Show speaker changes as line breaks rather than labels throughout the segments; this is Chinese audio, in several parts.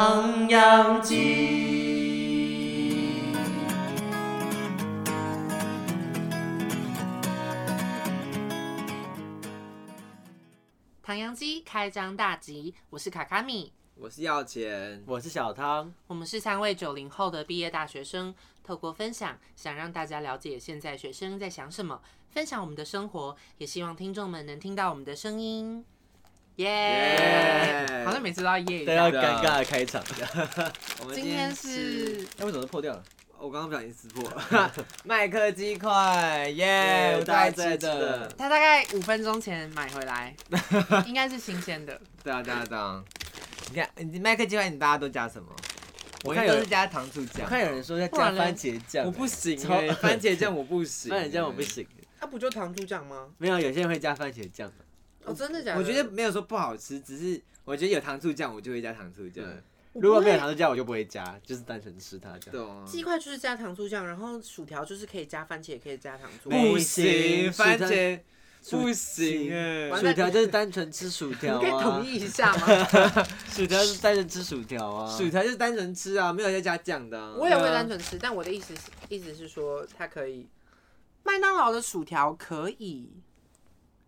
唐扬鸡。唐扬鸡开张大吉，我是卡卡米，
我是要钱，
我是小汤，
我们是三位九零后的毕业大学生，透过分享，想让大家了解现在学生在想什么，分享我们的生活，也希望听众们能听到我们的声音。耶、
耶
好像每次都要耶一
大
下。
家
的
尴尬的开场。
我们
今天
天
是
那为什么是破掉了？
我刚刚不小心撕破 了，麦克鸡块， 耶！我
大家
最爱
在
吃的
的，
他大概五分钟前买回 来，应该是新鲜的。
对啊对啊对啊。你看，你麦克鸡块你大家都加什么？
我
我看
看有
都
人
是加糖醋
我
酱，
看有人说要
不然
加
嘞
番茄酱，
我不行
超
哎，番茄酱我不 行，欸
番茄酱我不。行。
那、不就糖醋酱吗？
没有，有些人会加番茄酱。
哦，真的假的？
我觉得没有说不好吃，只是我觉得有糖醋酱我就会加糖醋酱，
对
我
如果
不
没有
会
糖醋酱，我就不会加，就是单纯吃它这样。
懂啊？
鸡块就是加糖醋酱，然后薯条就是可以加番茄，也可以加糖醋。
没
不
没
行，
行
番茄
薯
不行哎
完。
薯条就是单纯吃薯条
你可以
啊
同，意一下吗？
薯条就是单纯吃薯条啊。
薯条就是单纯吃啊，没有再加酱的啊。
我也会
对啊
单纯吃，但我的意思是，意思是说它可以，麦当劳的薯条可以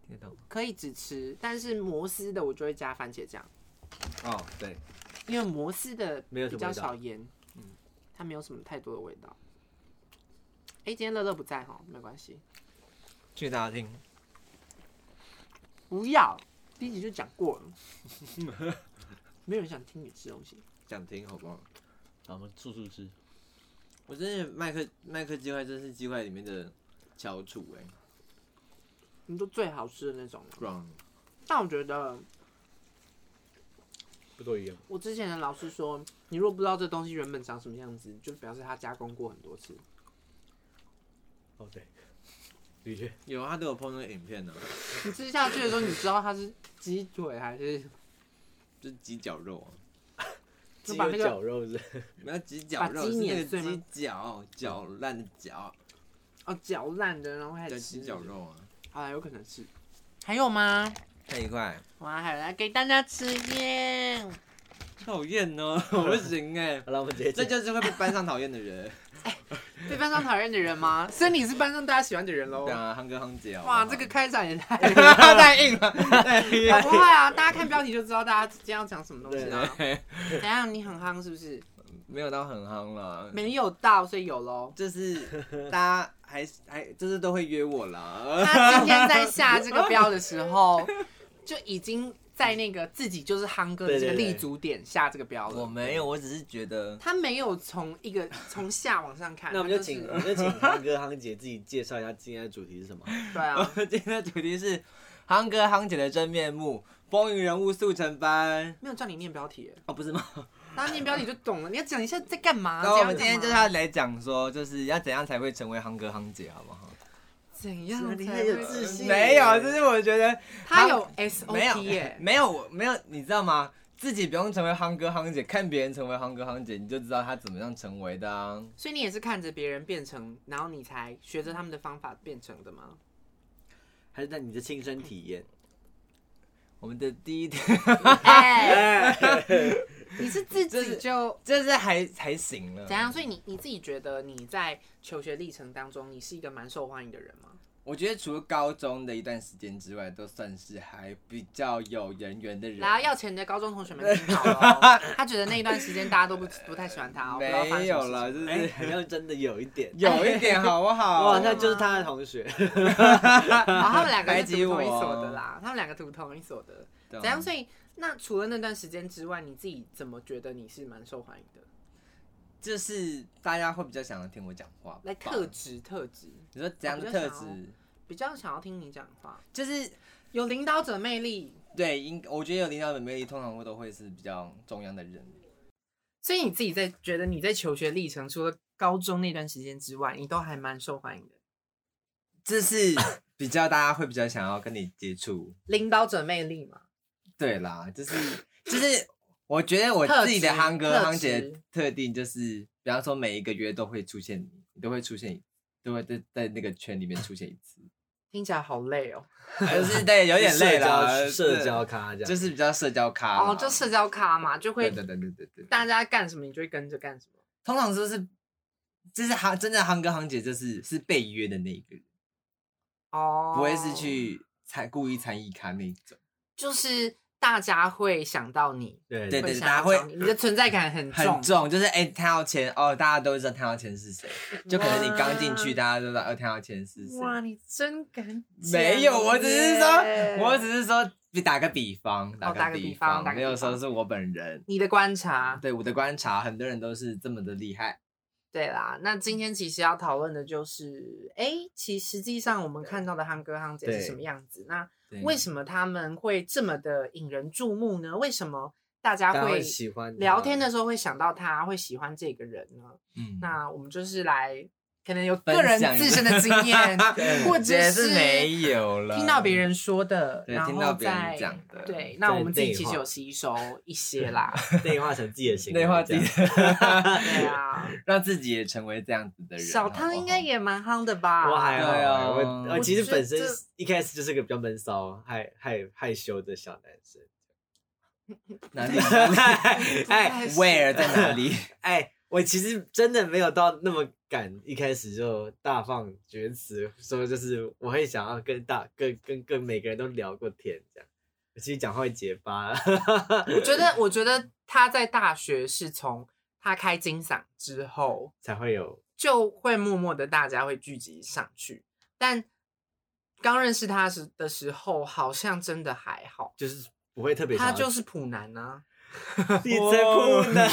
听得懂
可以只吃，但是摩斯的我就会加番茄酱，
哦，对，
因为摩斯的
没有
比
什么
较
味道
少盐，它没有什么太多的味道。哎、今天乐乐不在哈，没关系，
啊去大厅。
不要，第一集就讲过了，没有人想听你吃东西。
想听好不好？
好，我们速速吃。
我真的麦克麦克鸡块真是鸡块里面的翘楚哎、
你说最好吃的那种吗，
不然
但我觉得
不都一样？
我之前的老师说，你若不知道这东西原本长什么样子，就表示它加工过很多次。
哦，对，的确。
有啊他都有碰那个影片呢、
你吃下去的时候，你知道它是鸡腿还 是
就是鸡脚肉啊，
就
鸡
把那
有
个
绞肉是？
没有鸡脚
把
肉
鸡
是那
碾
个
碎吗
鸡脚搅烂的搅，
哦嚼烂的，然后开
叫
始
鸡
吃
脚。肉啊，
好啦，有可能是。还有吗？
太一块，
哇，还有来给大家吃耶！
讨厌 哦，我不行哎、
好了，我们直接
这
进。
就是会被班上讨厌的人，
对班上讨厌的人吗？所以你是班上大家喜欢的人喽
对。啊，憨哥憨姐啊，
哇，这个开场也太……
太 硬了，太硬
不会啊，大家看标题就知道大家今天要讲什么东西了。
了，
怎样？你很夯是不是？
没有到很憨了，
没有到，所以有喽。
就是大家还还就是都会约我啦，
他今天在下这个标的时候， 就已经在那个自己就是夯哥的这个
对对对
立足点下这个标了。
没有，我只是觉得
他没有从一个从下往上看，
那我们就
他
请，
是
呃
我们就请汤哥、汤姐自己介绍一下今天的主题是什么。
对啊，
今天的主题是夯哥夯姐的真面目，风云人物速成班。
没有叫你念标 题耶，
哦，不是吗？
大家念标题就懂了。你要讲一下在干嘛？
然后我们今
这样干
天就是
嘛
要来讲说，就是要怎样才会成为夯哥夯姐，好不好？
怎样才会？
你很有自信
没有，就是我觉得
他有
没
SOP
有，
耶，
没有，我没有，你知道吗？自己不用成为夯哥夯姐，看别人成为夯哥夯姐，你就知道他怎么样成为的、啊。
所以你也是看着别人变成，然后你才学着他们的方法变成的 吗？
还是在你的亲身体验？
我们的第一天
哎， 你是自己就
就是还还行了
怎，样？所以你你自己觉得你在求学历程当中，你是一个蛮受欢迎的人吗？
我觉得除了高中的一段时间之外，都算是还比较有人缘的人。
然后要钱的高中同学们听好了 哦，他觉得那一段时间大家都不不太喜欢他、哦，不知道发生
没
什么
有
事情
了，就是、
哎，好像真的有一 点。
有一点好不好？
哇，那就是他的同学。
哦，他们两个
排
是
挤
读
我
同一所的啦，他们两个读同一所的，
对啊
怎样？所以那除了那段时间之外，你自己怎么觉得你是蛮受欢迎的？
就是大家会比较想要听我讲话吧，
来特质特质，
你说怎样的特
我
质
比较想？比较想要听你讲话，
就是
有领导者魅力，
对，应我觉得有领导的魅力，通常会都会是比较中央的人。
所以你自己在觉得你在求学历程，除了高中那段时间之外，你都还蛮受欢迎的。
这是 比较大家会比较想要跟你接触。
领导者魅力嘛，
对啦，就是就是，我觉得我
特
自己的
质
憨哥
特
憨姐
质
的特定就是，比方 说每一个月都会出现你，你都会出现一，都会在在那个圈里面出现一次。
听起来好累哦。
就是对，有点累了，
社交社交咖这样，
就是比较社交咖啦，
哦，就社交咖嘛，就会
对对对对对对，
大家干什么你就会跟着干什么。
通常就是就是航真的航哥航姐就是是被约的那一个人，
哦，
不会是，去参故意参与咖那一种，
就是大家会想到你，
对
对
会
对
想
大
要
家会
找你，你的存在感很
很重，就是哎谭耀谦哦，大家都知道谭耀谦是 谁，就可能你刚进去，
哇
大家都知道哦谭耀谦是谁，
哇，你真敢讲
没有，我只是
耶
说，我只是说打个比方，
哦打
个
个比
比
方打个
没有
比方啊
说是我本人。
你的观察。
对我的观察，很多人都是这么的厉害。
对啦，那今天其实要讨论的就是，哎，其实际上我们看到的憨哥憨姐
对
是什么样子？那
对
为什么他们会这么的引人注目呢？为什么大家
大家
会
会喜欢啊
聊天
的
的时候会想到他，会喜欢这个人呢？
嗯
那我们就是来，可能有
分
个人
享
自身的经验
对，
或者
也是没有了，
听到别人说的，
对
然
听
后
到别人
再
讲的
对，那
再
我们自己
内
其实
化
有吸 收一些啦，
内化成自己的行为，
内化自己
这 样，
对啊，
让自己也成为这样子的人。
小
好
汤
不
应该
好
也蛮夯的 吧？
我还好
对啊
欸，我
我
我其实本身
觉得
一开始就是个比较闷骚、害害害羞的小男生。
哪里
哎
？Where 在哪里？
哎，我其实真的没有到那么敢，一开始就大放厥词，说就是我会想要跟大跟跟跟每个人都聊过天这样。我其实讲话会结巴，
我觉得，我觉得他在大学是从他开金嗓之后，
才会有
就会默默的大家会聚集上去，但刚认识他时的时候，好像真的还好。
就是不会特别想
他
要。
就是普男啊，
你才不能，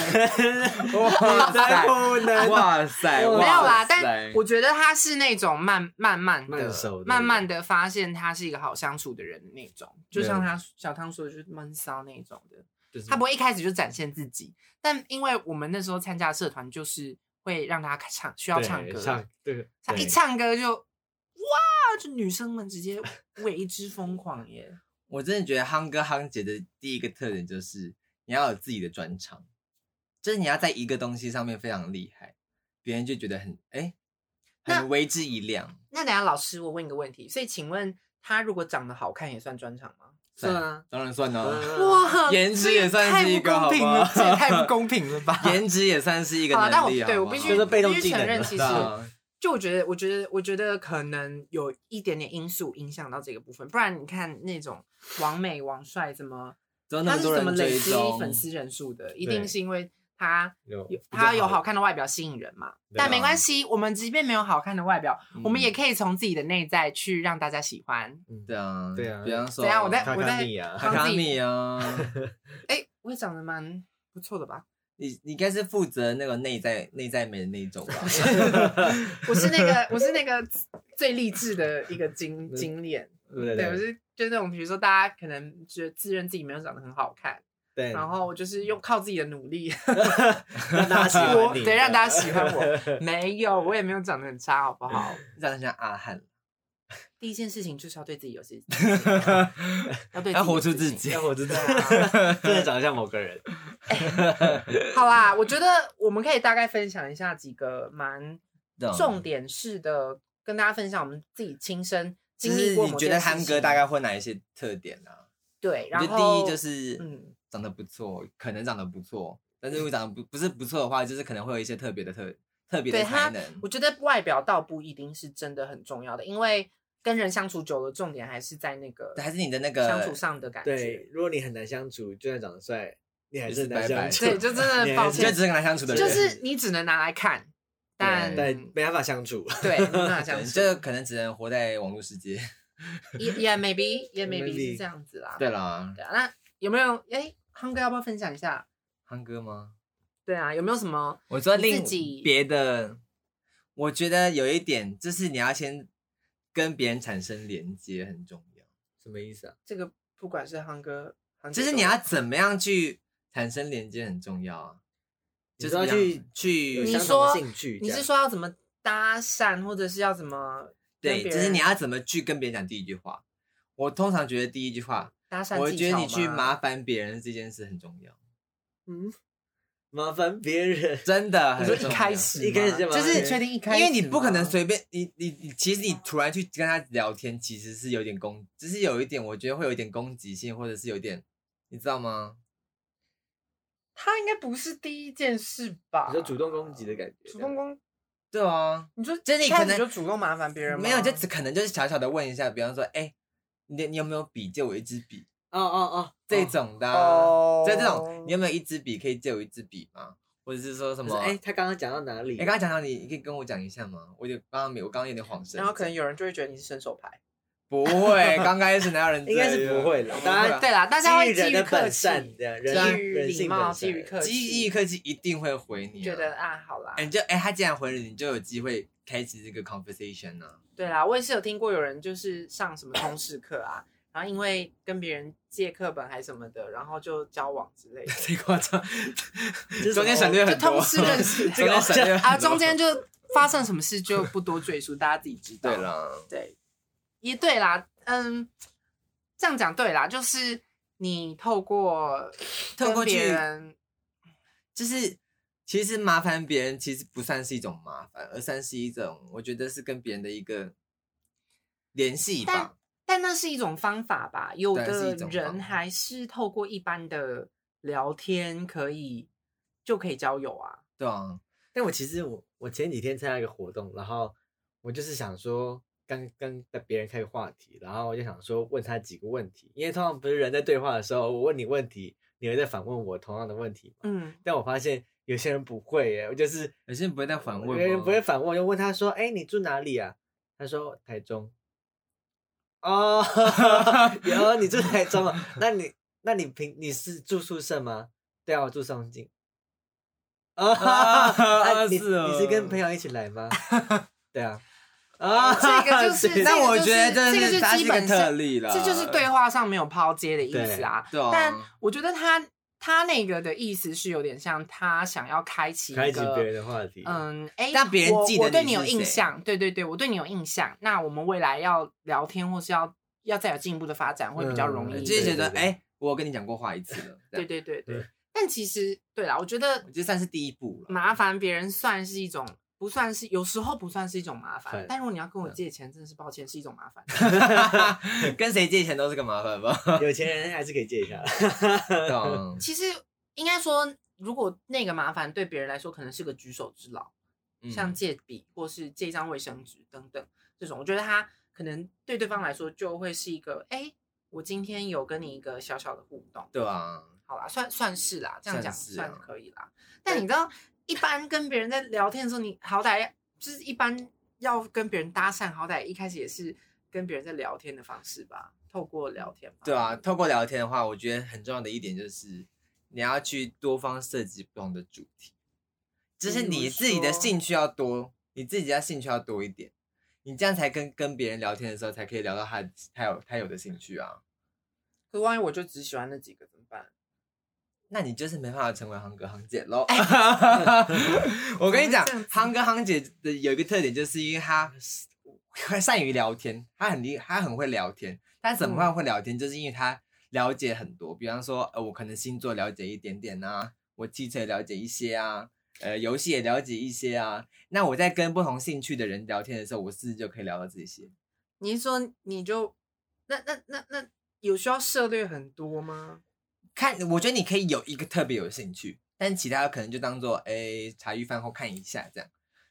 哇
你才
塞
不 能。
哇塞，
我
没有啦
哇，塞
但我觉得他是那种慢慢慢的、
慢熟的
慢慢的发现他是一个好相处的人的那种，就
对
像他小汤说的，就是闷骚那种的。
就是
他不会一开始就展现自己，但因为我们那时候参加社团，就是会让他唱，需要
对
唱歌，
唱对，
他一
对
唱歌就哇，就女生们直接为之疯狂耶！
我真的觉得夯哥夯姐的第一个特点就是你要有自己的专长，就是你要在一个东西上面非常厉害，别人就觉得很哎、
那
很为之一亮。
那等一下老师，我问一个问题，所以请问他如果长得好看也算专长吗？
算
啊，
当然算了，
哇，
哇
颜值也算是一个
这也太不公平了，
好不好？
这也太不公平了吧
颜值也算是一 个
好啦但
能
我
力啊。
对我
好不
必须
好
就是被动
必须
技能
承认，
了
其
对
实
啊
就我觉得，我觉得，我觉得可能有一点点因素影响到这个部分，不然你看那种王美、王帅怎么，
怎么那
他
么
是
多
怎么
人
累
追
积
踪？
粉丝人数的？一
对
定是因为他
有
有
比较
他有
好
好看的外表吸引人嘛。
对啊
但没关系，我们即便没有好看的外表，
嗯
我们也可以从自己的内在去让大家喜欢。
对啊，
对啊
比方
怎
说，
样？我在
看
我
看
在
你 啊
卡
帮
卡
自己，
米啊，
哎，我也长得蛮不错的吧？
你你应该是负责那个内在内在美的那一种吧？
我是那个我是那个最励志的一个 经经验。
对
对，我是就那种，比如说大家可能觉得自认自己没有长得很好看，
对，
然后我就是用靠自己的努力，
让大家喜
我
欢你，
对让大家喜 欢我。没有，我也没有长得很差，好不好？
你长得像阿汉，
第一件事情就是要对自己有 信心， 要对
要活出
有
自
信
己
心。
要我真的
对
真 的长得像某个人，
好啦，我觉得我们可以大概分享一下几个蛮
懂
重点式的，跟大家分享我们自己亲身
就
经历
是
过
你
某
觉
件事情。
得憨哥大概会哪一些特点呢、啊？
对，
我
然
觉得
后
第一就是，
嗯
长得不错，可能长得不错，但是如果长得不不是不错的话，就是可能会有一些特别的特特别的
对
才
他
能。，
我觉得外表倒不一定是真的很重要的，因为跟人相处久了，重点还是在那个
对还是你的那个
相处上的感觉。
对，如果你很难相处，就算长得帅，你还
也
是
是
难
拜拜
相处，
对，就真的抱
你就
歉
只，是跟他相处的人，
就是你只能拿来看，但
对，
嗯
没办法相 处，
对，没办法
对
相
你
处，
就 可能只能活在网络世界。
也也 maybe 也 maybe
Maybe
是这样子啦。
对 啦，
对啊，那有没有哎，康哥要不要分享一下？
憨哥吗？
对啊，有没有什么？
我说
你
另
自己
别的，我觉得有一点就是你要先跟别人产生连接很重要，
什么意思啊？
这个不管是康哥，夯姐
就是
都
你要怎么样去产生连接很重要啊，
你
就
知道
是
去
去
有
你
相
说
同的兴趣，
你
这
是
样
说要怎么搭讪，或者是要怎么跟
对，
别
就是
人
你要怎么去跟别人讲第一句话。我通常觉得第一句话，
搭讪技巧吗？
我觉得你去麻烦别人这件事很重要。
嗯，
麻烦别人。
真的
你
很
说一
重要
开始吗，
一开始就麻
就
烦
是
别
你
人
确定一开始吗，
因为你不可能随便你你你，其实你突然去跟他聊天，其实是有点攻，只是有一点，我觉得会有一点攻击性，或者是有一点，你知道吗？
他应该不是第一件事吧？
你说主动攻击的感觉，
主动攻，
对啊，
你说
就是你
一开
可
始
能
就主动麻烦别人吗，
没有，就只可能就是小小的问一下，比方说，哎、你你有没有笔？借我一支笔，
哦哦哦，
这种的、啊，
哦，
就、这种，你有没有一支笔？可以借我一支笔吗？或者是说什么？
就是
哎、
哎，他刚刚讲到哪里？
刚刚讲到你，你可以跟我讲一下吗？我有刚刚没，我刚刚有点恍神。
然后可能有人就会觉得你是伸手牌。
不会，刚开始哪有 人这
应
样？
该是不会了，
啊
大家
对啦，大家会
基于
基
人
于
的
客
本
气，
善，这样
基
人
于
人
礼
性
貌，
本
基于
善。
客气，
记忆客气一定会回你、啊，
觉得啊，好啦
哎、，你就哎、他既然回了你，就有机会开启这个 conversation 呢、啊。，
对啦，我也是有听过有人就是上什么通识课啊，然后因为跟别人借课本还什么的，然后就交往之类的
太夸张，
是
中间省略
就
很多，
通识 认识
中间省略很多
啊，中间就发生什么事就不多赘述，大家自己知道。
对，了，
对，也对啦，嗯，这样讲对啦，就是你透过
透
跟
过
别
去
人
就是其实麻烦别人其实不算是一种麻烦，而算是一种我觉得是跟别人的一个联系吧。
但那是一种方法吧。有
对是
的
一种方
人
法
还是透过一般的聊天可以就可以交友啊。
对啊，
但我其实我我前几天参加一个活动，然后我就是想说跟跟别人开个话题，然后我就想说问他几个问题，因为通常不是人在对话的时候，我问你问题，你会在反问我同样的问题嘛？
嗯，
但我发现有些人不会耶，我就是
有些人不会再反问
有些人
吗
不会反问，我就问他说：“哎，你住哪里啊？”他说：“台中。”哦， 然后你住台中啊？ 那你那你平你是住宿舍吗？对啊，我住松 进。啊，那你
是哦
你是跟朋友一起来吗？对 啊。啊，
这个就是 这个
那我
就
觉
是
得
这个
真的
就是
它
基
一个
本
特
上
例了，
这就是对话上没有抛接的意思啊。
对啊
但我觉得他他那个的意思是有点像他想要开启一
开启
个
别人的话题。
嗯，哎，
让别人
我
记得
我对
你
你有
是
印
谁
象，对对对，我对你有印象。那我们未来要聊天或是要要再有进一步的发展，会比较容易
嗯
一
就
点。
是觉得
对对对
哎、我跟你讲过话一次了，这
对对
样
对对
对。
但其实，对啦，我觉得
我觉得算是第一步了。
麻烦别人算是一种，不算是有时候不算是一种麻烦
对，
但如果你要跟我借钱，真的是抱歉，是一种麻烦。
跟谁借钱都是个 麻烦吧？
有钱人还是可以借一 下。
懂
其实应该说，如果那个麻烦对别人来说可能是个举手之劳，
嗯
像借笔或是借一张卫生纸等等这种，我觉得他可能对对方来说就会是一个，哎、我今天有跟你一个小小的互动，
对啊，
好啦，算算是啦，这样
算
讲
是
算
啊
可以啦。但你知道，一般跟别人在聊天的时候，你好歹就是一般要跟别人搭讪，好歹一开始也是跟别人在聊天的方式吧，透过聊天吧。
对啊，，透过聊天的话，我觉得很重要的一点就是你要去多方设计不同的主题，就是
比如
你自己的
说
兴趣要多，你自己的兴趣要多一点，你这样才跟跟别人聊天的时候才可以聊到他他有他有的兴趣啊。
可万一我就只喜欢那几个怎么办？
那你就是没办法成为夯哥夯姐喽。
怎哎么
我跟你讲
会这样，子
夯哥夯姐的有一个特点，就是因为她善于聊天，她很厉，她很会聊天。但怎么
嗯
会会聊天，就是因为她了解很多，比方说，呃，我可能星座了解一点点啊，我汽车了解一些啊，呃，游戏也了解一些啊。那我在跟不同兴趣的人聊天的时候，我是不是就可以聊到这些？
你是说你就那那那那有需要涉猎很多吗？
看，我觉得你可以有一个特别有兴趣，但其他的可能就当做哎、诶茶余饭后看一下这样。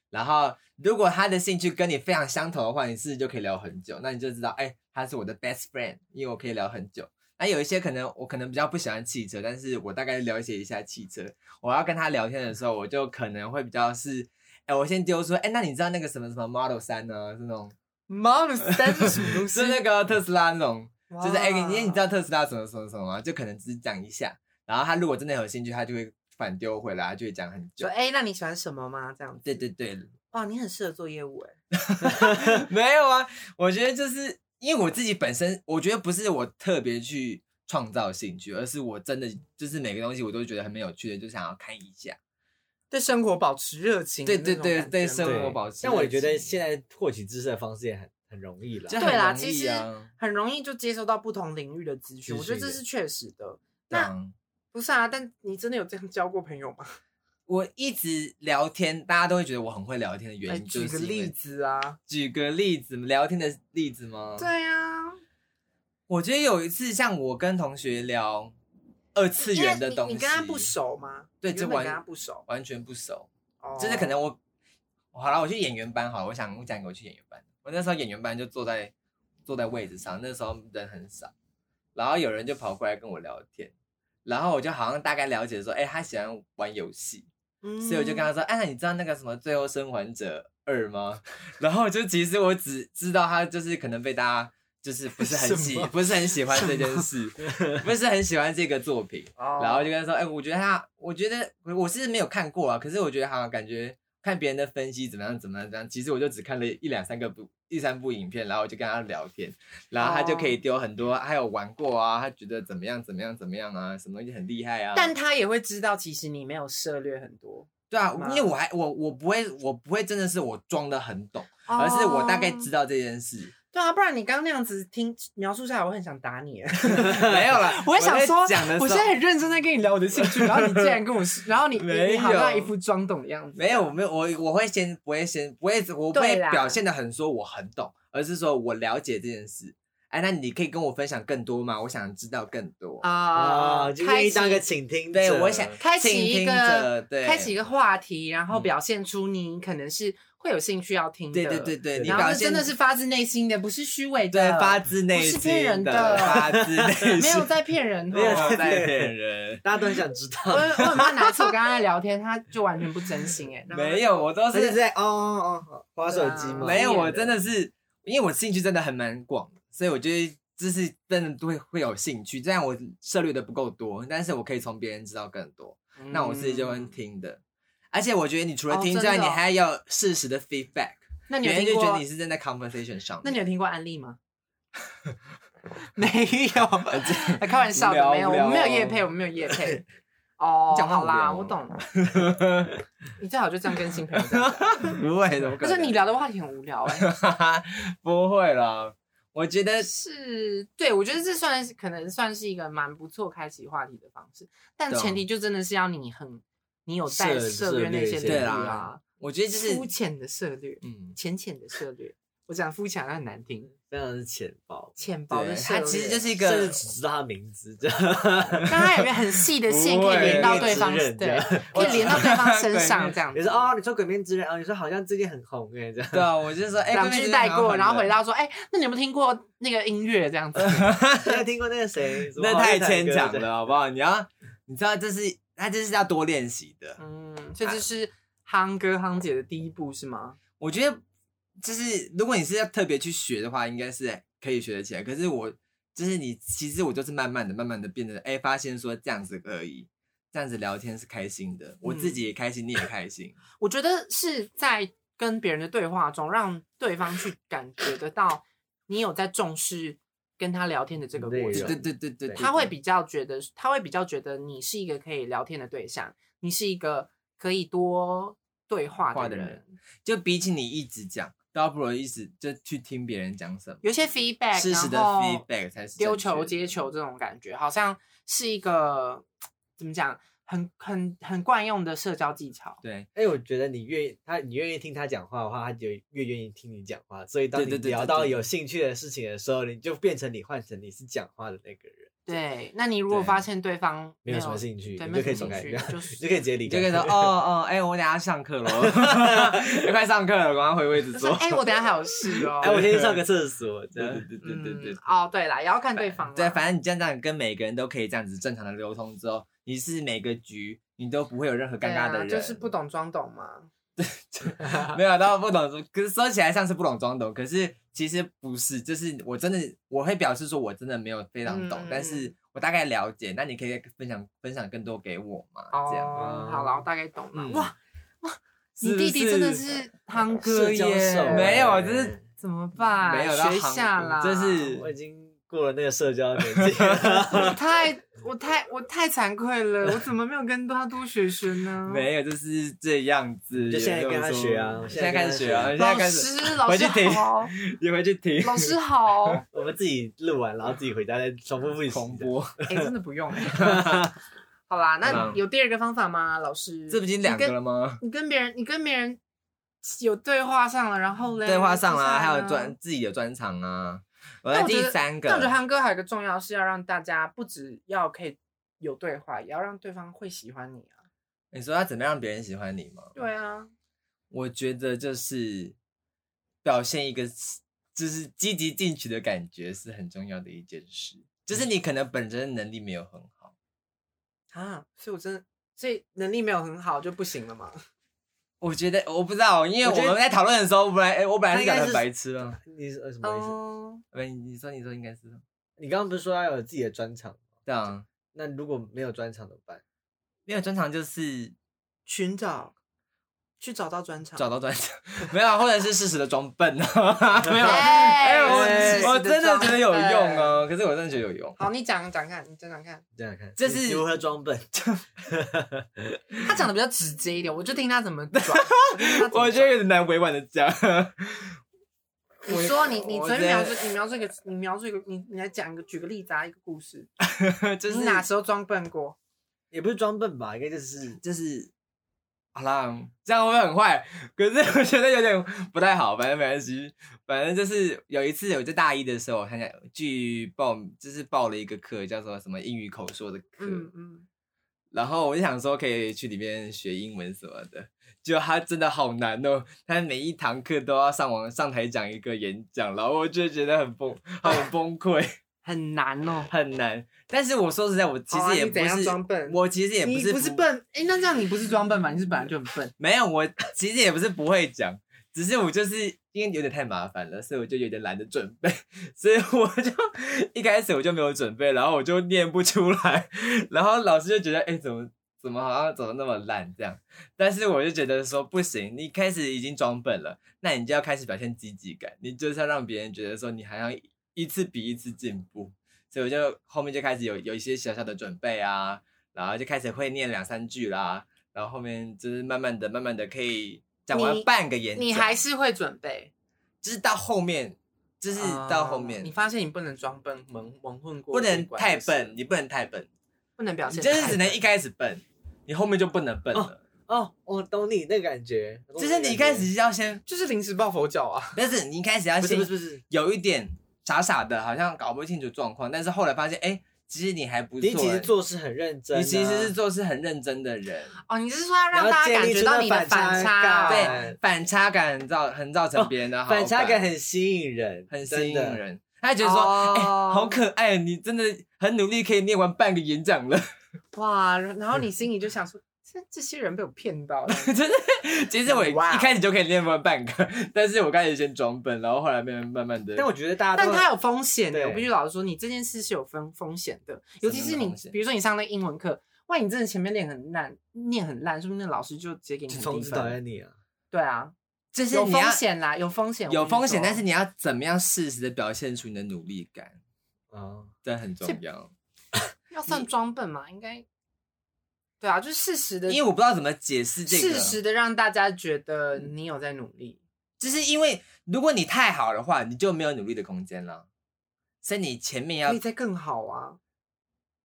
然后，如果他的兴趣跟你非常相投的话，你是不是就可以聊很久？那你就知道，哎、他是我的 best friend，因为我可以聊很久。那有一些可能我可能比较不喜欢汽车，但是我大概了解一下汽车。我要跟他聊天的时候，我就可能会比较是，哎、我先丢出，哎、那你知道那个什么什么 Model 三呢？是那种，
妈 的，三是什么东西
是？那个特斯拉那种
哇
就是哎、欸，因为你知道特斯拉什么什么什么吗？就可能只是讲一下，然后他如果真的有兴趣，他就会反丢回来，他就会讲很久
说。哎、那你喜欢什么吗？这样子。
对对对，
哇，你很适合做业务哎、
没有啊，我觉得就是因为我自己本身，我觉得不是我特别去创造兴趣，而是我真的就是每个东西我都觉得很没有趣的，就想要看一下。
对生活保持热情的
对
那种
对
感觉吗。
对对生
对
活保持
但我觉
热
得
情
现在获取知识的方式也很很容易了
这。
对啦，
很容
其
易
实
啊
很容易就接收到不同领域的资讯，
资
我觉得
讯
这
的
是确实的。
这
那
样
不是啊，但你真的有这样交过朋友吗？
我一直聊天，大家都会觉得我很会聊天的 原
哎
因，就
举个
是因为
例，子啊，
举个例子，聊天的例子吗？
对啊，
我觉得有一次，像我跟同学聊二次
因为
元的
你
东西，
你跟他不，熟吗？
对
你
这
原本
完
跟他不熟，
完全不熟，
哦
就是可能我，好了，我去演员班好了，我想我讲给我去演员班，我那时候演员班就坐在坐在位置上，那时候人很少，然后有人就跑过来跟我聊天，然后我就好像大概了解说，哎、他喜欢玩游戏，所以我就跟他说：“哎、那你知道那个什么《最后生还者二》吗？” 然后就其实我只知道他就是可能被大家就是不是很喜
什么
不是很喜欢这件事，不是很喜欢这个作品。
哦
然后就跟他说：“哎、我觉得他，我觉得我是没有看过啊，可是我觉得好像感觉看别人的分析怎么样怎么样怎么样。其实我就只看了一两三个部一三部影片，然后我就跟他聊天，然后他就可
哦
以丢很多，还有玩过啊，他觉得怎么样怎么样怎么样啊，什么东西很厉害啊。”
但他也会知道，其实你没有涉略很多，
对啊，
吗
因为我还我我不会我不会真的是我装的很懂，而是我大概知
哦。
道这 件事。
对啊，不然你刚刚那样子听描述下来，我很想打你。
没有啦，
我也想
在
说
讲的时候
我现在很认真在跟你聊我的兴趣，然后你竟然跟我说，然后 你你
没
你好像
有
一副装懂的样子。
没有，我没有我我会先不会先不会我不
对
会
啦
表现的很说我很懂，而是说我了解这件事。哎，那你可以跟我分享更多吗？我想知道更多。
啊
哦
啊，，就愿意当个
开启
倾听者。
对，我想
开启
倾
一
听
个
者对，
开启一个话题，然后表现出你可能是会有兴趣要听的。
对对对对，你
然后
表
是
现
真的是发自内心的，不是虚伪
对
的，
发自内心
不是骗人的
发自内心，
没有在骗人
没有
哦。
在骗人，
大家都很想知
我
道。
我很怕哪一次我跟他在聊天，他就完全不真心哎。然后
没有，我都
他
是
是在哦哦哦，花手机吗？
没有，我真
的
的是因为我兴趣真的很蛮广，所以我觉得就是真的会会有兴趣。虽然我涉猎的不够多，但是我可以从别人知道更多。那我自己就会
嗯
听的。而且我觉得你除了
哦
听之
真
外，
的
你
哦
还要适时的 feedback，
那你
别
有
人
听
就觉得
过
你？是正在 conversation 上
那
面。
你有听过安利吗？没 有，
那
哎 开玩笑的，没有，
无
我
聊
们没有
哦
叶配，我们没有叶配。哦，
讲话
好啦，
无聊哦
我懂了。 你最好就这样跟新朋友这样讲。
不会的，
可是你聊的话题很无聊哎、
不会啦。我觉得
是对，我觉得这算是可能算是一个蛮不错开启话题的方式，但
对啊
前提就真的是要你很你有在
涉
涉略
涉猎
那些
一些
领域
对啦
啊，
我觉得就是
肤浅的涉略，
嗯，
浅浅的涉略。我讲肤浅好像很难听，
非常的浅薄，
浅薄
对
的，涉
它
略，
其实就是一
甚至
个
只知道他名字，这样
刚刚有没有很细的线可以连到对方，
不会
对
对，
可以连到对方身上
对
这样
你
子
说。哦，你说《鬼面之刃》啊，你说好像最近很红哎，这样。
对啊，我就说哎，
两
对面
句
真的
带
蛮好
过，然后
的
回到说，哎，那你有没有听过那个音乐这样 子？
你有听过那个谁？什么
那
好
太
乐团
牵
歌
强
这样
了，好不好？你要你知道这是他这是要多练习的。
嗯，所以这是夯哥夯姐的第一步是吗？
我觉得就是如果你是要特别去学的话，应该是可以学得起来。可是我就是你，其实我就是慢慢的、慢慢的变得，哎、发现说这样子而已，这样子聊天是开心的，我自
嗯
己也开心，你也开 心。
我觉得是在跟别人的对话中，让对方去感觉得到你有在重视跟他聊天的这个过
内
对
容
程
对，对对对，对
啊他会比较觉得，他会比较觉得你是一个可以聊天的对象，你是一个可以多对话
话
的
的
人。
人就比起你一直讲，倒不如一直就去听别人讲什么，
有一些 feedback，
适时的
然后
feedback 才是
丢
正确
球
的
接球这种感觉，好像是一个怎么讲，很很很惯用的社交技巧。
对。
哎，我觉得你愿意他，你愿意听他讲话的话，他就越愿意听你讲话。所以当你
对对对
聊
对
到
对
有兴趣的事情的时候，你就变成你换成你是讲话的那个人，
对，那你如果
对
发现对方
没
有
有什么兴趣，
对，
你
没有
就可以
什
走
么
开，
兴
你
趣，就是
就可以直接离
你
开。
就可以说哦哦，哎、我等一下上课 喽，要快上课了，赶快回位置
就
坐
说。哎、我等一下还有 事哦。
哎，我先去上个厕所，这
对
样
对。对对对对
嗯，哦，对啦，也要看对方啦。
对，反正你这样这样跟每个人都可以这样子正常的流通之后，你是每个局你都不会有任何尴尬的
对啊
人，
就是不懂装懂嘛。
没有到不懂，可是说起来像是不懂装懂，可是其实不是，就是我真的我会表示说我真的没有非常懂，
嗯
但是我大概了解，那你可以分享分享更多给我嘛，这样。
哦，好啦，我大概懂了。
嗯
哇，
是
你
不
弟弟真的
是
是汤哥
社交手
耶，
哎
没有，就是
怎么办？
没有到
学
行
下啦，
就是
我已经过了那个社交的年纪了。
我太我太我太惭愧了，我怎么没有跟他多学学呢？
没有，哦就是这样子。
就现在
有
跟他
这么
学啊
说现
现
在
在
开
跟
始
他
学
学
啊，现在
老
开始，
师，老
回去
师
听
好，
你回去 听
老师好，
我们自己录完，然后自己回家再重复复习。
重播。
哎、真的不用、 好啦，那
嗯
有第二个方法吗？老师，
这不已经两个了吗？
你跟别人，你跟别人有 对话上了，然后嘞，
对话上
接下
啦，
来
还有
呢
专自己的专场啊。我
但
的
我觉
第
得
三个，
但我觉得韩哥还有一个重要是要让大家不只要可以有对话，也要让对方会喜欢你啊。
你说要怎么样让别人喜欢你吗？
对啊，
我觉得就是表现一个就是积极进取的感觉是很重要的一件事。就是你可能本身能力没有很好，
啊，所以我真的，所以能力没有很好就不行了嘛。
我觉得我不知道，因为
我觉
我
得
们在讨论的时候，我本来哎我本来
他
是
应
讲
该
的
是
白痴啊，
你是呃什么意思？
哦，
不，你你说你说应该是
你刚刚不是说要有自己的专场吗？
这样，
那如果没有专场怎么办？
没有专长就是
寻找，去找到专场，
找到专长， 没有啊，或者是适时的装笨啊，没有啊，
哎
哎，
适时地
我我真的觉得有
装
用
笨
哦，可是我真的觉得有用，
好，你讲讲看，你讲讲看。
这样看，
这是
你如何装笨？
他讲的比较直接一点，我就听他怎么 转。
我觉得有点难委婉的讲，
你说你你
我
随
觉
便描
得
述，你描述一个，你描述一个，你你来讲一个，举个例子啊，一个故事。
就是
你哪时候装笨过？
也不是装笨吧，应该就是
就是好啦，这样会不会很坏？可是我觉得有点不太好，反正没关系，反正就是有一次我在大一的时候，我参加去报就是报了一个课，叫做什么英语口说的课，
嗯嗯，
然后我就想说可以去里面学英文什么的。就他真的好难哦，他每一堂课都要上网上台讲一个演讲，然后我就觉得很崩，很崩溃，
很难哦。
很难。但是我说实在，我其
好啊
实也
你
不
怎样
是，
装笨
我其实也
你
是
不是笨，哎，那这样你不是装笨吧？你是本来就很笨。
没有，我其实也不是不会讲，只是我就是因为有点太麻烦了，所以我就有点懒得准备， 所以我就一开始我就没有准备，然后我就念不出来， 然后老师就觉得，哎、怎么怎么好像怎么那么烂这样，但是我就觉得说不行，你一开始已经装笨了，那你就要开始表现积极感，你就是要让别人觉得说你好像一次比一次进步，所以我就后面就开始有有一些小小的准备啊，然后就开始会念两三句啦，然后后面就是慢慢的、慢慢的可以讲完
你
半个演讲，
你还是会准备，
啊就是到后面，就是到后面，
啊你发现你不能装笨，蒙蒙混过
不
这一
能
关
太
就是
笨，，你不能太笨，
不能表
你
现太
就
笨，
是只能一开始笨，你后面就不能笨了，
哦，我懂你那个感觉，我懂
就是你一开始要先，
就是临时抱佛脚啊。
但是你一开始要
那个感觉不
先
是不是不是，
有一点傻傻的，好像搞不清楚状况，但是后来发现，哎、其实你还不错、
你其
哎
实。做事很认真啊，
你其实是做事很认真的人，
哦，你是说要让大家
你要
感
建立
觉
出
到
那
你的
反
反
差
差哦？
感
对反差感很造很造成别人的好
啊哦反差感
感
很吸引人，
很吸
真
引
的。
人。他觉得说，
哦
哎、好可爱，你真的很努力，可以念完半个演讲了，
哇，然后你心里就想说，这这些人被我骗到了。
真的。 其实我
哇
一开始就可以念完半个，但是我开始先装笨，然后后来慢慢慢慢的。
但我觉得大家
但
都
它有风险的，
对
我必须老实说，你这件事是有风风险的，尤其是
什么
你
风，险
比如说你上那个英文课，万一你真的前面练很烂，念很烂，是不是那老师就直接给你
就
很
从
低
此讨
分？
厌你啊，
对啊，
就是
有
你要
风险啦，有风险，
有风险，
我跟
但
你说
是你要怎么样适时的表现出你的努力感，
啊，
这很重要。
要算装笨嘛，应该。对啊，就是适时的，
因为我不知道怎么解释这个，嗯
适时的让大家觉得你有在努力。
就是因为如果你太好的话，你就没有努力的空间了。所以你前面要
可以，再更好啊，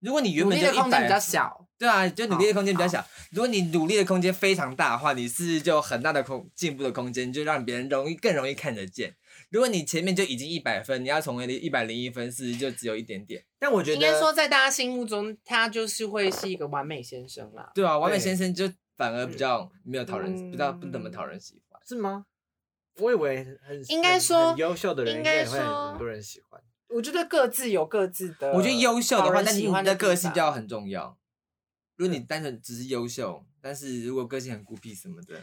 如果你原
努
本
力
就
的空间
100
比较小。
对啊，就努力的空间比较小。如果你努力的空间非常大的话，你是不是就有很大的空进步的空间，就让别人容易更容易看得见。如果你前面就已经一百分，你要成为一百零一分，是不是就只有一点点？
但我觉得
应该说，在大家心目中，他就是会是一个完美先生啦。
对啊，完美
对
先生就反而比较没有讨人，
嗯
比较不怎么讨人喜欢。
是吗？我以为很
应该
很
说
很优秀的人
应
应
该
该也会
说
很多人喜欢。
我觉得各自有各自的，
我觉得优秀的
呃讨
话，
人
但是
喜
你
欢
的
的
个
地
性就
方
要很重要。如果你单纯只是优秀，但是如果个性很孤僻什么的，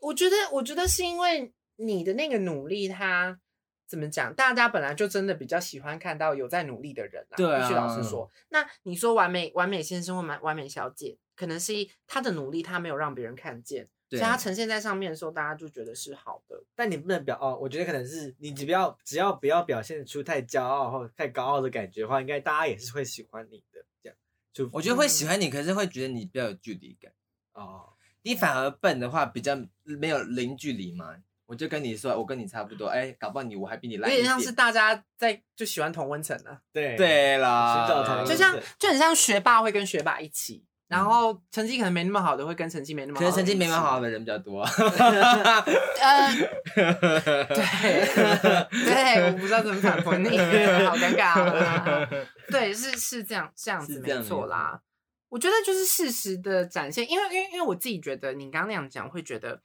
我觉得，我觉得是因为你的那个努力它，怎么讲？大家本来就真的比较喜欢看到有在努力的人啦。
对啊
必须老实说。那你说完美完美先生或完完美小姐，可能是他的努力他没有让别人看见，所
对
以他呈现在上面的时候，大家就觉得是好的。
但你不能表哦，我觉得可能是你只不要只要不要表现出太骄傲或太高傲的感觉的话，应该大家也是会喜欢你的。这样，就
我觉得会
嗯
喜欢你，可是会觉得你比较有距离感。
哦，
你反而笨的话，比较没有零距离嘛。我就跟你说，我跟你差不多，哎、搞不好你我还比你
有
烂一
点
点。
像是大家在就喜欢同温层啊，
嗯
对，
对啦，嗯
寻找同
就
温
像
对
就很像学霸会跟学霸一起，然后成绩可能没那么好的会跟成绩没那么好
可
的一
能
起，
成绩没蛮好的人比 较多。
呃，对， 对，我不知道怎么反驳你， 好尴尬、啊。对，是是这样，这样
是
子
这样
没错啦。我觉得就是事实的展现，因为因为因为我自己觉得，你刚刚那样讲，会觉得，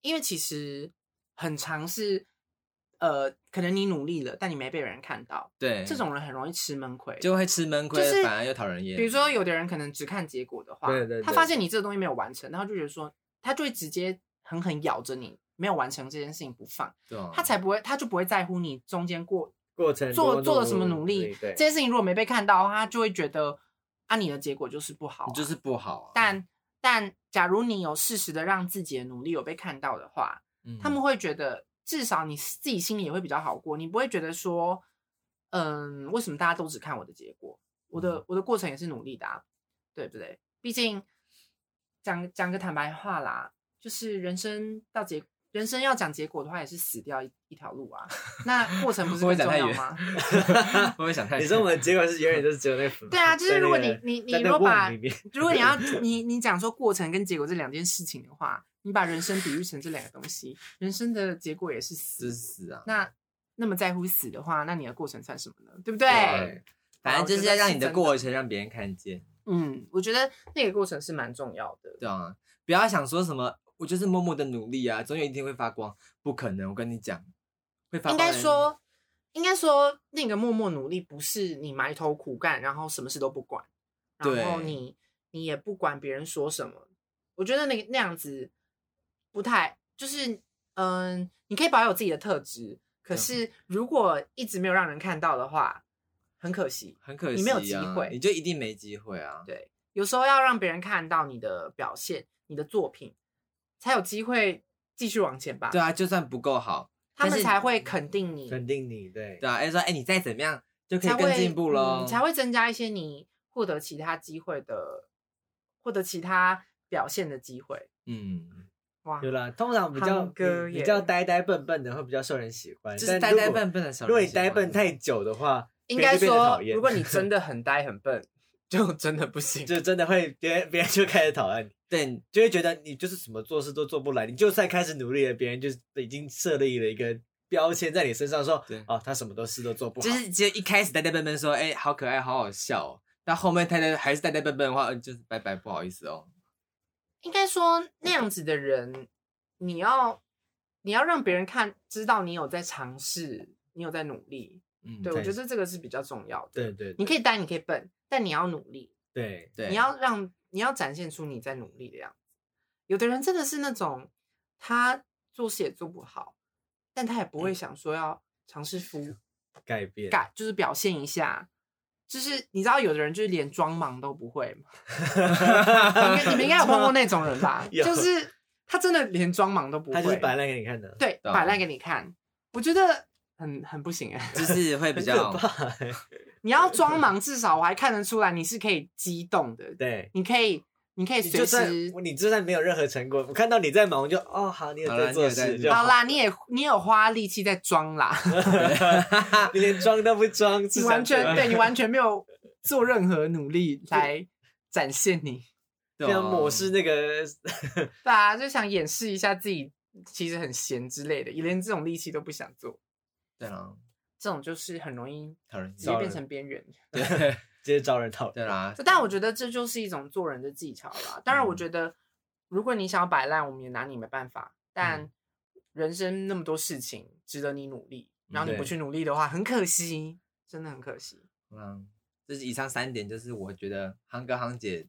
因为其实很常是，呃，可能你努力了，但你没被人看到，
对，
这种人很容易吃闷亏。
就会吃闷亏，
就是
反而又讨人厌。
比如说，有的人可能只看结果的话，
对对对
他发现你这个东西没有完成，然后就觉得说，他就会直接狠狠咬着你没有完成这件事情不放，
对啊，
他才不会，他就不会在乎你中间过
过程
做
多
做了什么努力，
对
这，件事情如果没被看到的话，他就会觉得啊，你的结果就是不好啊、
你就是不好啊。
但但假如你有适时的让自己的努力有被看到的话，
嗯
他们会觉得至少你自己心里也会比较好过，你不会觉得说，嗯，为什么大家都只看我的结果？我的我的过程也是努力的、啊，对不对？毕竟讲讲个坦白话啦，就是人生到结人生要讲结果的话，也是死掉一一条路啊。那过程不是
会
更重
讲太
要
远
吗？
会不会想太多？
你说我们的结果是永远都是只有那粉
对啊，就是如果
在那
你
个
你你
在那
如果
瓮
把
里面
如果你要你你讲说过程跟结果这两件事情的话，你把人生比喻成这两个东西，人生的结果也是
自
死。
私啊。
那那么在乎死的话，那你的过程算什么呢？对不对？
对，反正就是要让你的
好我觉得是真的
过程让别人看见，
嗯，我觉得那个过程是蛮重要的。
对啊，不要想说什么，我就是默默的努力啊，总有一天会发光，不可能，我跟你讲，会发光
应
的
该
人。
说，应该说那个默默努力不是你埋头苦干，然后什么事都不管，然后
对
你你也不管别人说什么。我觉得那个那样子不太，就是嗯，你可以保有自己的特质，可
嗯
是如果一直没有让人看到的话，很可惜。
很可惜、啊，
你没有机会
你就一定没机会啊。
对，有时候要让别人看到你的表现、你的作品，才有机会继续往前吧。
对，啊，就算不够好，
他
但
们
是
才会肯定你，
肯定你对
对啊，哎、说哎、你再怎么样就可以
才会
更进步喽、
嗯才会增加一些你获得其他机会的，获得其他表现的机会。
嗯，
哇，
有啦，通常比较
堂哥
比
耶
比较呆呆笨笨的会比较受人喜欢，
就是
但
呆
如
呆
果
笨笨的小
如
人
果你
喜欢
呆笨太久的话，
应该
别人就变得
说
讨，厌
如果你真的很呆很笨，就真的不行。
就真的会别人别人就开始讨厌你，
对
就会觉得你就是什么做事都做不来，你就算开始努力了，别人就是已经设立了一个标签在你身上说，
对
哦，他什么都事都做不好，
就是只有一开始呆呆笨笨说，哎、好可爱，好好笑、哦。到后面呆呆还是呆呆笨笨的话，呃就是拜拜，不好意思哦。
应该说那样子的人，你要你要让别人看知道你有在尝试，你有在努力。
嗯，
对，我
对
觉得这个是比较重要的。
对对
你可以呆，你可以笨，但你要努力。
对
对，
你要让你要展现出你在努力的样子。有的人真的是那种他做事也做不好，但他也不
嗯
会想说要尝试服
改变，
改， 就是表现一下。就是你知道，有的人就是连装忙都不会嘛，你们你 们应该有碰过那种人吧？
有
就是他真的连装忙都不会，
他就是摆烂给你看 的，
对
对啊
摆烂给你看，我觉得很很不行哎、
就是会比
很
较
可怕欸，
你要装忙，至少我还看得出来你是可以激动的，
对。
你可以你可以
你
随
就算
时
你就算没有任何成果，我看到你在忙，我就哦好，你有
好啦
在做
你有在
事
做
就
好啦，你也你有花力气在装啦，
你连装都不装，
你
是
完全
想
对你完全没 有做任何努力来展现你，
对
非
啊
常漠视那个
对啊，就想掩饰一下自己其实很闲之类的，也连这种力气都不想做，
对啦，
这种就是很容易
讨人
直接
厌。
招
变
人
成边缘。
对
直接招人讨厌。
对啦，
但我觉得这就是一种做人的技巧啦。当然，我觉得如果你想要摆烂，我们也拿你没办法。但人生那么多事情值得你努力，然后你不
对
去努力的话，很可惜，真的很可惜。
嗯，就是以上三点，就是我觉得夯哥夯姐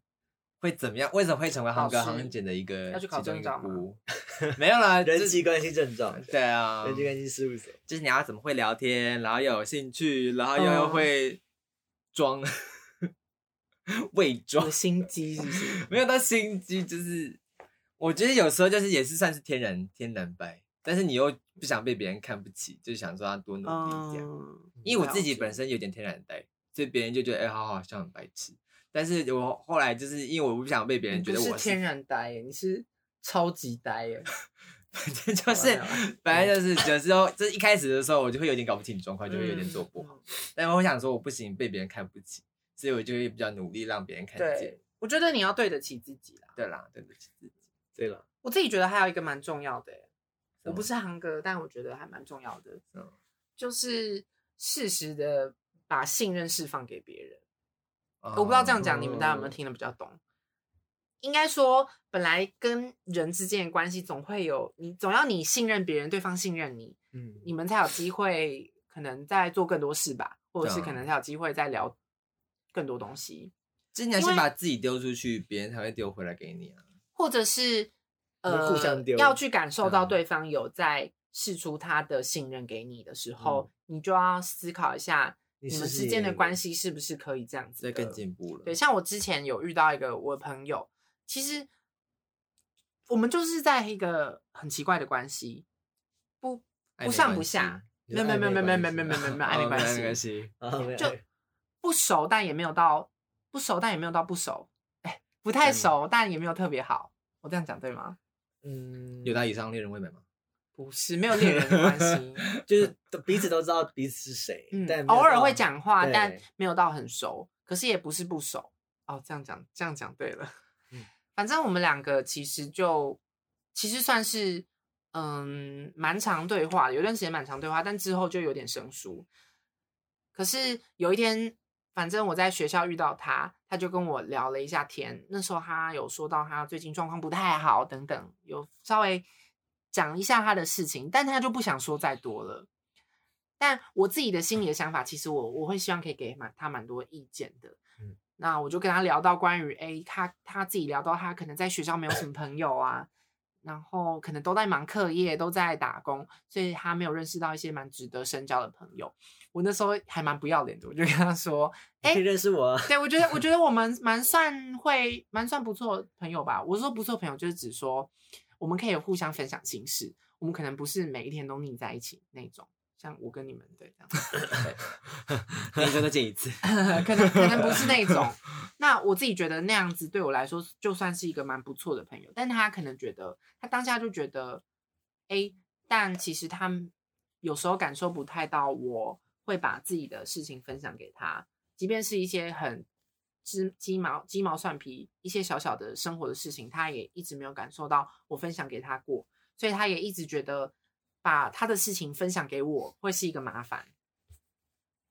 会怎么样？为什么会成为夯哥
老师
夯姐的一个
要去考
其中一
证
个
照吗
姑 没有啦，
人
就是
际关系症状，
对啊，
人际关系事务所，
就是你要怎么会聊天，然后又有兴趣，然后又
嗯
又会装、 伪装
有，心机是不是？
没有到心机，就是我觉得有时候就是也是算是天然天然白，但是你又不想被别人看不起，就想说要多努力这样。
嗯，
因为我自己
了解
本身有点天然呆，所以别人就觉得哎、好好像很白痴。但是我后来就是因为我不想 被别人
你
觉
不
得
是
我
天，然呆耶，你是超级呆耶。
反正就
好
是
了解
反正就是有时候就是一开始的时候我就会有点搞不清状况，就会有点
嗯
做不好。
嗯
但我想说我不行，被别人看不起，所以我就会比较努力让别人看见
对。，我觉得你要对得起自己啦。
对啦，对不起自己。
对了，
我自己觉得还有一个蛮重要的欸、
什
我
么
不是行哥，但我觉得还蛮重要的，
嗯
就是适时的把信任释放给别人。我不知道这样讲你们大
哦
家有没有听得比较懂？应该说，本来跟人之间的关系总会有你，总要你信任别人，对方信任你，
嗯，
你们才有机会可能再做更多事吧，或者是
对啊
可能才有机会再聊更多东西，
就是你要
因
先
为
把自己丢出去，别人才会丢回来给你啊。
或者是呃
互相丢
要去感受到
嗯
对方有在试出他的信任给你的时候，你就要思考一下
你
你
是
们
不是
之间
也
的关系是不是可以这样子
再
的
更进步了。
呃对，像我之前有遇到一个我的朋友，其实我们就是在一个很奇怪的关系，不
暧昧
不上不
关系
下，
你
没
说
有没有没有没有没有没有没有没有没有没有暧昧
哦
关
没有
系
没有
系啊，没有
就不熟，但也没有到不熟，但也没有到不熟，哎，不太熟，但也没有特别好。我这样讲对吗？
嗯，
有他以上恋人未满吗？
不是，没有恋人的关 系，
就是都彼此都知道彼此是谁，但
嗯，
没
偶
有
尔
到
会讲话，但
对
没有到很熟，可是也不是不熟。哦，这样讲，这样讲对了。
嗯
反正我们两个其实就其实算是嗯蛮长对话的，有段时间蛮长对话，但之后就有点生疏。可是有一天，反正我在学校遇到他，他就跟我聊了一下天。那时候他有说到他最近状况不太好等等，有稍微讲一下他的事情，但他就不想说再多了。但我自己的心里的想法，其实我我会希望可以给蛮他蛮多意见的。
嗯
那我就跟他聊到关于诶，他他自己聊到他可能在学校没有什么朋友啊，然后可能都在忙课业，都在打工，所以他没有认识到一些蛮值得深交的朋友。我那时候还蛮不要脸的，我就跟他说：“
你
哎、
可以认识我 啊，
对，我觉得我觉得我们蛮算会蛮算不错的朋友吧。我说不错朋友，就是指说我们可以互相分享心事，我们可能不是每一天都腻在一起那种，像我跟你们对这样子。对
那一周再见一次。
可能可能不是那种。那我自己觉得那样子对我来说，就算是一个蛮不错的朋友，但他可能觉得他当下就觉得，哎、但其实他有时候感受不太到，我会把自己的事情分享给他，即便是一些很鸡鸡毛鸡毛蒜皮、一些小小的生活的事情，他也一直没有感受到我分享给他过，所以他也一直觉得把他的事情分享给我会是一个麻烦。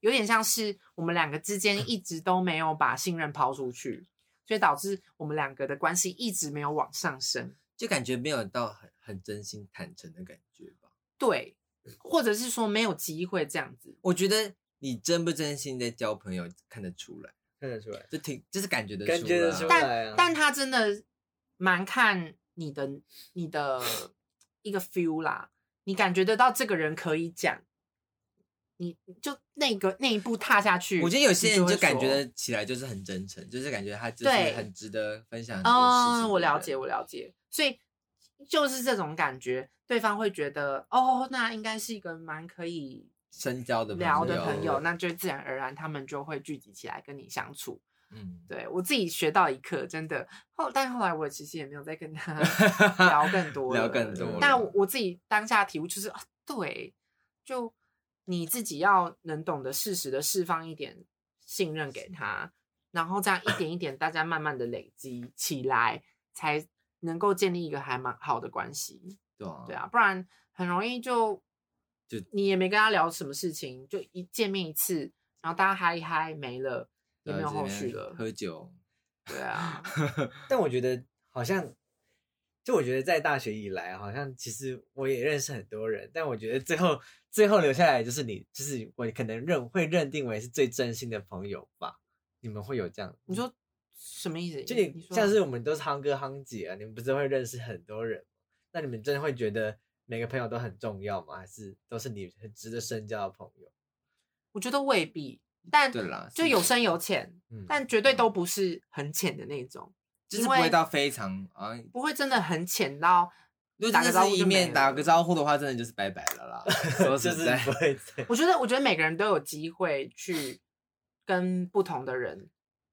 有点像是我们两个之间一直都没有把信任抛出去，所以导致我们两个的关系一直没有往上升。
就感觉没有到很很真心坦诚的感觉吧。
对，或者是说没有机会这样子。
我觉得你真不真心在交朋友看得出来，
看得出来，
就挺就是感觉得
感觉得
出
出
来啊。
来啊，
但他真的蛮看你的你的一个 feel 啦，你感觉得到这个人可以讲，你就那个那一步踏下去，
我觉得有些人
你
就
会
感觉
说
得起来就是很真诚，就是感觉他就是
对
很值得分享很多事情
嗯，
的人。
我了解，我了解，所以就是这种感觉，对方会觉得哦，那应该是一个蛮可以
深交的
聊的朋
朋
友，，那就自然而然他们就会聚集起来跟你相处。
嗯，
对我自己学到一课，真的后，但后来我其实也没有再跟 他聊更多了，
聊更多了
但我我自己当下体悟就是，啊、对，就你自己要能懂得适时的释放一点信任给他，然后这样一点一点，大家慢慢的累积起来，才能够建立一个还蛮好的关系。
对啊，
对啊，不然很容易就
就
你也没跟他聊什么事情，就一见面一次，然后大家嗨一嗨没了，也没
对啊，
有
这
后
边
续了。
喝酒，
对啊，
但我觉得好像，就我觉得在大学以来，好像其实我也认识很多人，但我觉得最后最后留下来就是你，就是我可能认会认定为是最真心的朋友吧。你们会有这样？
你说什么意思？
就
你
你
说啊
像是我们都是夯哥夯姐啊，你们不是会认识很多人吗？那你们真的会觉得每个朋友都很重要吗？还是都是你很值得深交的朋友？
我觉得未必，但
对啦，
就是有深有浅，
嗯，
但绝对都不是很浅的那种，
就是
因
不会
为
到非常啊。
不会真的很浅到
如果
打个
真
招
的
呼
是
就
一
没
面打
了
个招呼的话，真的就是拜拜了 啦。说
就
实
是
在，
不会再
我觉得，我觉得每个人都有机会去跟不同的人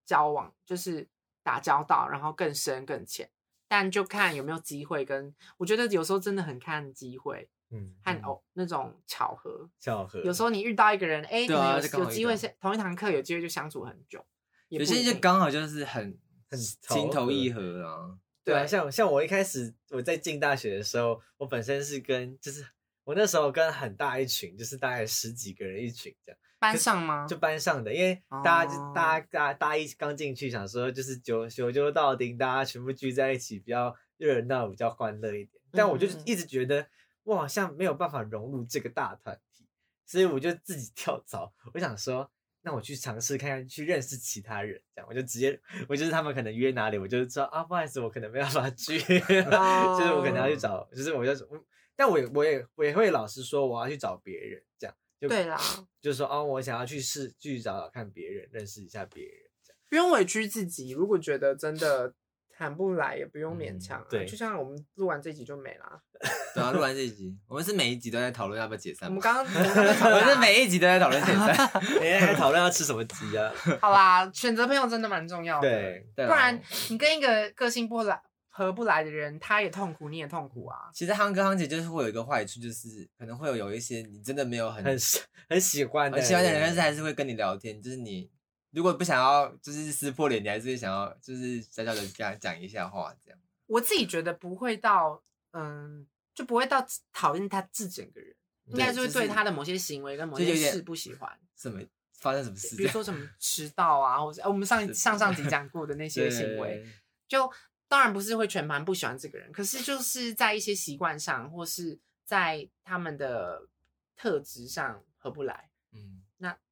交往，就是打交道，然后更深更浅。但就看有没有机会跟，我觉得有时候真的很看机会
嗯
和偶那种巧合。
巧合，
哦有时候你遇到一个人，哎、
对
可能
啊
有
就刚
有
好遇
机会
到
是同一堂课，有机会就相处很久。也
有
不
些
一
人就
定
刚好就是很
很
情投意
合。
合啊。
对啊，
对
像像我一开始我在进大学的时候，我本身是跟就是我那时候跟很大一群，就是大概十几个人一群这样。
班上吗？
就 班上的，因为大家就、
哦
大家大大一刚进去，想说就是九九九到零，大家全部聚在一起，比较热闹，比较欢乐一点。但我就
嗯嗯嗯
一直觉得我好像没有办法融入这个大团体，所以我就自己跳槽。我想说，那我去尝试看看，去认识其他人，这样我就直接，我就是他们可能约哪里，我就说啊，不好意思，我可能没办法 去， 就是我可能
哦
要去找，就是我要，但我也我也我也会老实说，我要去找别人，这样就
对 啦，
就是说哦，我想要去试去找找看别人，认识一下别人，这样
不用委屈自己。如果觉得真的谈不来，也不用勉强、啊
嗯对
就像我们录完这集就没啦。
对啊，录完这一集，我们是每一集都在讨论要不要解
我
散
们
吗。
刚刚
我
我
们是每一集都在讨论解 散。
哎、还讨论要吃什么鸡 啊？
好啦，选择朋友真的蛮重要的。，
对，
对啊
不
啦
然你跟一个个性不来、合不来的人，他也痛苦，你也痛苦啊。
其实夯哥夯姐就是会有一个坏处，就是可能会有有一些你真的没有很
很喜很喜欢的，
很喜欢的人，但是还是会跟你聊天。就是你如果不想要就是撕破脸，你还是会想要就是小小的跟他讲一下话这样。
我自己觉得不会到，嗯，就不会到讨厌他自整个人，应该是会
就是
对他的某些行为跟某
就
些
有点
事不喜欢。
什么发生什么事
比
这
如
样？
说什 么迟到啊，或者、呃我们上一
是
上上集讲过的那些行为，就当然不是会全盘不喜欢这个人，可是就是在一些习惯上，或是在他们的特质上合不来，
对，嗯，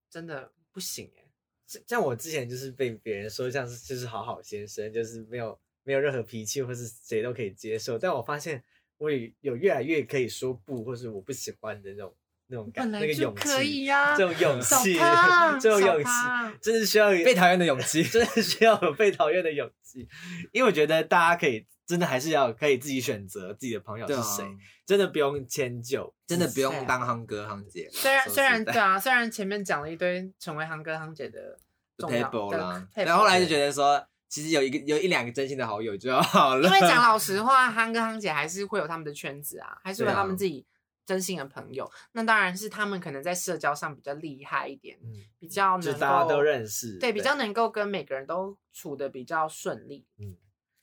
真的不行哎、
像像我之前就是被别人说像是就是好好先生，就是没有没有任何脾气，或是谁都可以接受。但我发现我也有越来越可以说不，或是我不喜欢的那种那种感，
本
那
来
个
就
勇
可以啊呀、
气，这种勇
小
气，
胖，
这种
小
勇气，
胖
真是需要
被讨厌的勇气。
真的需要有被讨厌的勇气，因为我觉得大家可以真的还是要可以自己选择自己的朋 友
对
是
啊，
谁，真的不用迁就，
真的不
是
用
啊
当夯哥夯姐。
虽然
说
虽然
实在
对啊，虽然前面讲了一堆成为航哥航姐的重要
table
的
啦，
table
然后后来就觉得说，其实有一个有一两个真心的好友就好了。
因为 讲老实话，憨哥憨姐还是会有他们的圈子啊，还是会有他们自己真心的朋友。那当然是他们可能在社交上比较厉害一点，
嗯，
比较
就
能
大家
够
都认识，
对，比较能够跟每个人都处的比较顺利。嗯
嗯，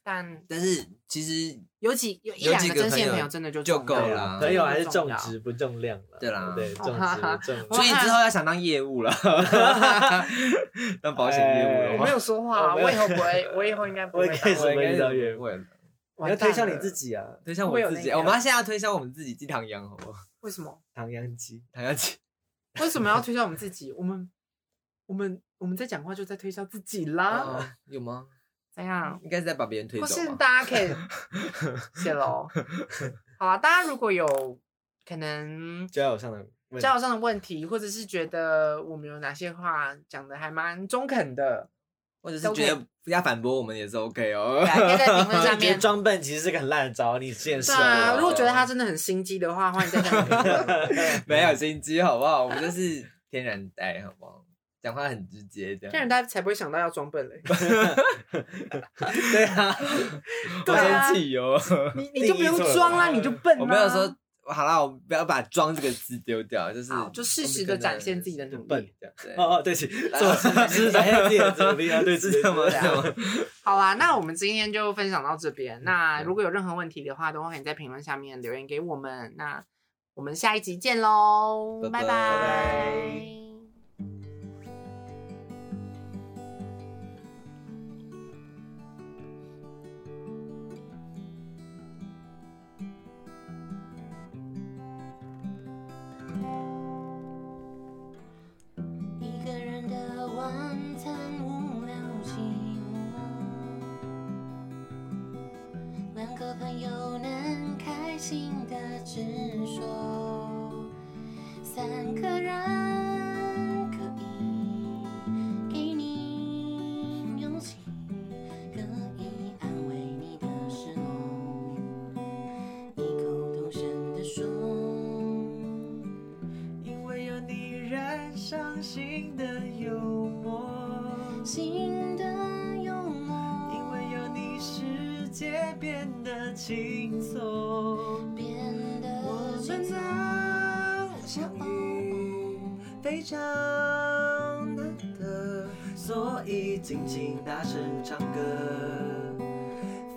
但
但是其实
有几有一
有
两
几
个
个
真心的
朋
朋
友
友真的就
就
重
够
要
对
了
啦，
对
朋友还是重
重要
质不重量了，
对啦
对，重
哦哈哈
质不重
我
所以你之后要想当业务 了，当保险业务
哎
了
我
吗
没有说话啊，
我没有
我以后不会，我以后应该不会
我也
当
开始
了
没有
我应该也不会了
你要
完蛋
推销你
了
自己啊，
推销
我
我
有
自己，
那个
我们要现在要推销我们自己鸡汤羊，好 不好？
为什么？
唐扬鸡，
唐羊鸡，
为什么要推销我们自己？我们我们我们在讲话就在推销自己啦，
哦 有吗？
怎样？
应该是在把别人推
或
走
是
吧。
大家可以谢喽。 好啊，大家如果有可能
交友上的问题
交友上的问题，或者是觉得我们有哪些话讲的还蛮中肯的，
或者是
都可以
觉得不要反驳我们也是 OK 哦
对。啊，可以在评论下
我觉得
面。
装笨其实是个很烂的招，你之前
对
说
啊，
了，
如果觉得他真的很心机的话，欢迎在下面评 论。对啊
没有心机好不好？我们就是天然呆好不好？讲话很直接
这
这
样人
样。
大家才不会想到要装笨嘞。
对啊，
对啊
好生气哟。
你你就不用
定义错了
装啦，你就笨啦。啊
我没有说好啦，我不要把“装”这个字丢掉，就是
好，就适时的展现自己的努
笨
力。
对
哦哦，对 不起，
啊
做是展现自己的努力啊，对不起，
是这样吗？
对不
是这
起
样吗？
好啦，那我们今天就分享到这
嗯
边。那如果有任何问题的话，都欢迎在评论下面留言给我们。那我们下一集见喽，
拜拜
拜
拜
拜
一个人的晚餐无聊寂寞，两个朋友能开心的直说，三个人可以给你勇气，可以安慰你的失落，异口同声的说。
因为有你燃伤心的幽默，
新的幽默
因为有你世界变得轻松。
变得
我
轻
们
松
能相遇非常难得，所以
尽情大声唱歌，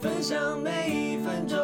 分享每一分钟。